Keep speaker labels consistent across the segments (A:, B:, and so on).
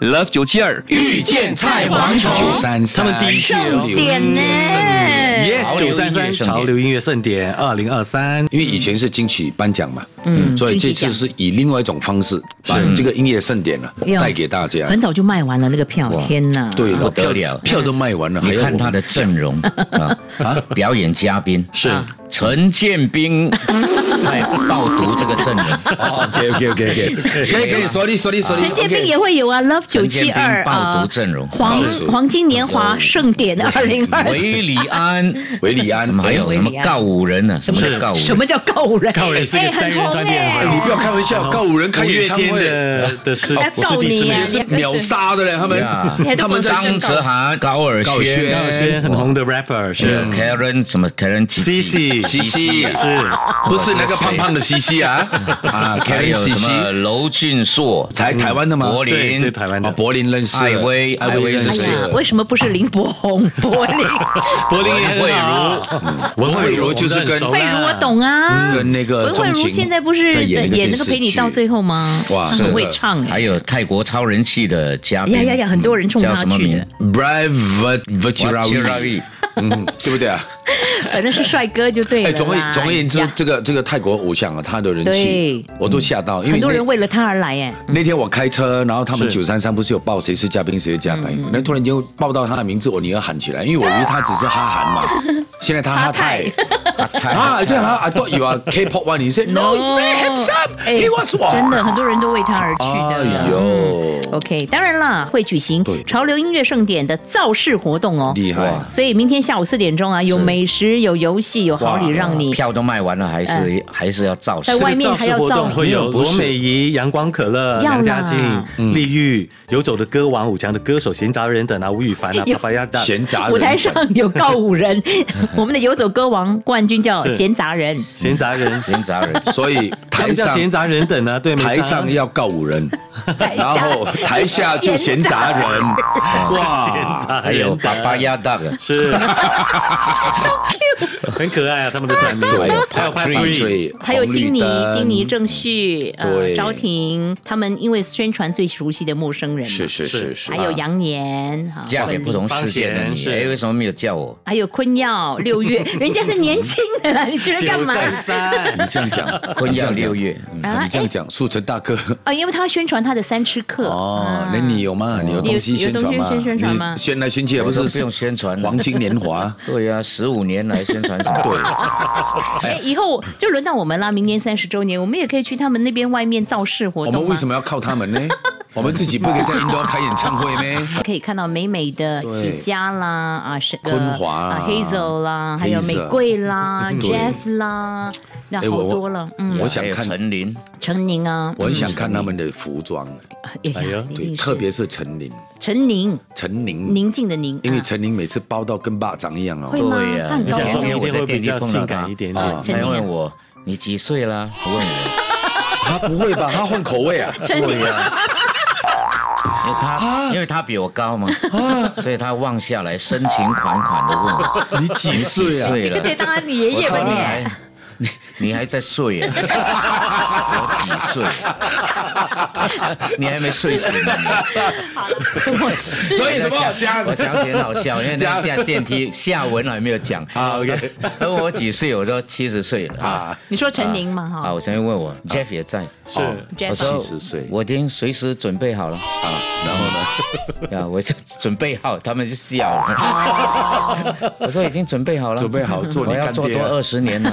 A: Love 九七二
B: 遇见菜蝗虫
C: 九三三，
A: 他们第一季哦
C: 流音乐盛典
A: ，Yes 九三三潮流音乐盛典二零二三，
C: 因为以前是金曲颁奖嘛，
D: 嗯
C: 所以这
D: 金曲
C: 次
D: 奖
C: 是以另外一种方式把这个音乐盛典呢、
D: 嗯
C: 带给大家。
D: 很早就卖完了那个票，
E: 哇
D: 天哪！
C: 对
E: 不
C: 了，
E: 得
C: 票
E: 了
C: 票都卖完了，还
E: 你
C: 要
E: 看
C: 我
E: 他
C: 们
E: 的阵容啊啊！表演嘉宾啊
A: 是
E: 陈建斌在报读这个阵容，
C: 哦，OK OK OK OK，可以可以，sorry sorry sorry，
D: 陈建斌也会有啊，Love 九
E: 陈建
D: 七
E: 斌
D: 二
E: 爆
D: 啊
E: 读，阵容，
D: 黄黄金年华盛 典二零二
E: 维里安，哎
C: 维里安哎
E: 什，么还有
D: 维
E: 什
D: 里安
E: 么告五人呢？什么
A: 是
E: 叫告五
D: 什
E: 人？
D: 么叫告五人？
A: 告五人是一个
D: 哎很
A: 三人
D: 红
A: 团体的
D: 哎
C: 哎你不要开玩笑，告五人开
A: 五
C: 演
A: 月
C: 唱
A: 天
C: 会
A: 的的师
D: 要
A: 师
D: 告
A: 弟师
D: 你啊
A: 妹
C: 也，是秒杀的嘞，他们
E: 呀
D: 你还都
C: 他
D: 不
C: 们
D: 知
C: 在
D: 道
E: 张哲涵、高尔
C: 高尔
E: 宣
C: 宣、
A: 高尔嗯宣很红的 rapper
E: 嗯
A: 是
E: Karen 什么 Karen 吉
A: C
E: 吉
A: C
C: 西西，
A: 是
C: 不是那个胖胖的西西啊啊
E: 还
C: ，Karen
E: 有
C: 西
E: 什
C: 西，
E: 么娄俊硕、
C: 台台湾的吗？
E: 柏
A: 对
E: 林
A: 对台湾
C: 哦，
A: 的
C: 柏林认识，
E: 艾薇
C: 艾
E: 艾
C: 薇
E: 薇
C: 认
D: 哎
E: 是
C: 识
E: 谁
D: 呀，，为什么不是林柏宏、柏林？
A: 柏林也很好文慧茹
C: 文慧茹就是跟
A: 我
D: 慧
A: 们都很熟啦
D: 茹我哎懂啊，
C: 嗯跟那个
D: 文慧
C: 钟
D: 茹
C: 情
D: 现在不是
C: 在演那个
D: 演那
C: 电视
D: 个陪你
C: 剧
D: 到最后吗？
C: 哇
D: 她
C: 是
D: 很
C: 的
D: 会唱
E: 还
D: 哎。
E: 有泰国超人气的嘉宾，
D: 呀呀呀！很多人冲
E: 叫
D: 他
E: 什么
D: 去
E: 名
D: 的，？
C: Brave Virtual，
E: Vachiravi
C: 嗯，对不对啊？
D: 反正是帅哥就对了
C: 哎，
D: 啦。
C: 总而总而言之
D: 呀，
C: 这个这个泰国偶像啊，他的人气
D: 对
C: 我都吓到，因为
D: 很多
C: 那
D: 人为了他而来哎。
C: 那天我开车，然后他们
A: 是
C: 九三三不是有报谁是嘉宾谁是嘉宾，然
D: 嗯
C: 后突然间报到他的名字，我女儿喊起来，因为我 以为他只是哈韩嘛，现在他哈泰。啊，这样啊，I thought you are K-pop one. You said no, he's very handsome.
D: 哎
C: He was what?
D: 真的，很多人都为他而去的。
C: 哎呦
D: OK，当然啦，会举行
C: 对
D: 潮流音乐盛典的造势活动哦。
C: 厉害
D: 所以明天下午四点钟啊，有美食，有游戏，有好礼让你。嗯
E: 票都卖完了，还是还是要造势
D: 在。外
A: 这个造势活动会有罗美仪、阳光可乐、
D: 要啦
A: 梁家静、丽玉、游走的歌王、武强的歌手、闲杂人等啊，吴宇凡啊、
D: 有
A: 巴巴亚达。
C: 闲杂人
D: 嗯舞台上有告五 人，我们的游走歌王冠军叫
A: 是
D: 闲杂人。
A: 闲杂人，
E: 闲杂 人，
C: 所以
A: 他
C: 台
A: 们叫
C: 上
A: 闲杂人等啊，对，没
C: 台
A: 错啊
C: 上要告五人，然后台下就闲杂人，
A: 闲
C: 哇！
A: 杂人
E: 还有
A: 等
E: 巴巴亚大的，
A: 是，so cute，很可爱啊，他们的团名，
C: 对，
A: 还有
C: Part
A: Part Three，
C: Three，
D: 还有
C: 红绿
D: 悉尼、
C: 灯
D: 悉尼郑旭、呃
C: 对
D: 昭婷，他们因为宣传最熟悉的陌生人嘛，
C: 是是是是，
D: 还有杨年，啊
E: 嫁给不同世界的
A: 方贤
E: 你，
A: 是
E: 哎，为什么没有叫我？
D: 还有坤耀六 月，人家是年轻的啦，你 觉得干
A: 九
D: 嘛？
A: 三三，
C: 你这样讲，
E: 婚
C: 你这
E: 要
C: 样讲
E: 六，月，嗯
D: 啊
C: 你这样讲，速成大哥。
D: 啊，因为他宣传他的三吃课
C: 哦
D: 啊，
C: 那你有吗？你有东西宣传吗？
D: 有有东西宣传吗
C: 你宣来宣去也不
E: 我都不
C: 是
E: 用宣传了
C: 黄金年华，
E: 对呀，十五年来宣传什 么？对，
D: 哎，以后就轮到我们啦，明年三十周年，我们也可以去他们那边外面造势活
C: 我
D: 动
C: 们为什
D: 么？
C: 么要靠他们呢？我们自己不可以在印度开演唱会呢？
D: 可以看到美美的
C: 对
D: 齐佳啦，啊，是呃
C: 昆华
D: 啊，Hazel 啦，还有
C: Hazel
D: 玫瑰啦
C: 对
D: ，Jeff 啦，那
C: 哎
D: 好
C: 我
D: 多了，嗯，
C: 我想
E: 哎还有
C: 看
E: 陈琳，
D: 陈宁啊，
C: 我很想看他们的服装，
D: 嗯，
A: 哎
D: 哎
A: 呦
D: 呀，一
C: 对，
D: 定是
C: 特别是陈琳，
D: 陈宁，
C: 陈琳，
D: 宁静的宁，
C: 因为
D: 啊
C: 陈琳每次包到跟巴掌一样
D: 会
C: 哦，
D: 吗
E: 对呀
D: 他很高
A: 我想
E: 前
A: 说
E: 天
D: 兴
A: 一
E: 我
A: 定
E: 在
A: 会
E: 电
A: 比
E: 梯
A: 较
E: 碰到他
A: 性感一，点哦
C: 啊
A: 点，
E: 他还问我你几岁啦？我问我。
C: 他啊不 会吧？他换口味啊？
D: 陈宁
E: 对呀、因为他因为他比我高嘛，所以他望下来深情款款的问 我：“你几
C: 岁啊
E: 岁
D: 这
E: 了
D: 得？当然你爷
E: 我
D: 爷吧
E: 说你
D: 你。
E: 还你你还在睡啊？我几岁？你还没睡醒呢、
C: 所以什
E: 我在
C: 么
E: 想
C: 家
E: 我想起很好笑，因为那电电梯下文还没有讲。
C: 啊？OK
E: 他问我几岁，我说七十岁了啊。
C: 啊，
D: 你说陈宁嘛哈
E: 啊，我先问我 Jeff 也在，
A: 是
D: ，Jeff 啊
E: 我说
C: 70岁
E: 我已经随时准备好了啊，然 后呢，啊，我就准备好，他们就笑了。 我说已经准备好了，
C: 准备好做你
E: 我要
C: 干
E: 做
C: 爹
E: 多
C: 啊
E: 二十年了，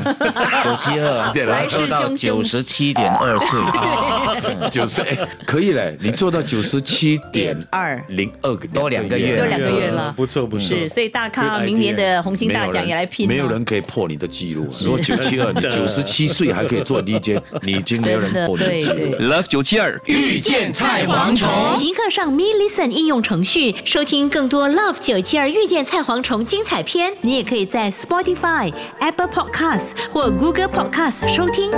E: 九七 二，
C: 对
E: 我
C: 了
E: 要做到
D: 来势汹汹
E: 九十七点二岁。 啊
C: 九十哎可以嘞，你做到九十七点
D: 二
C: 零二个
E: 多两个月
D: 多两个月了
A: 嗯不错不错，
D: 是，所以大咖
A: Good idea
D: 明年的红星
C: 没有
D: 大奖
C: 人
D: 也来拼、哦，
C: 没有人可以破你的记 录。啊如果九七二，你九十七岁还可以做 DJ，你已经没有人
D: 真的
C: 破你的
D: 对
C: 记录
D: 对。
A: Love 九七二
B: 遇见菜蝗虫。
D: 即刻上 Me Listen 应用程序收听更多 Love 九七二遇见菜蝗虫精彩片。你也可以在 Spotify、Apple Podcasts 或 Google Podcasts 收听。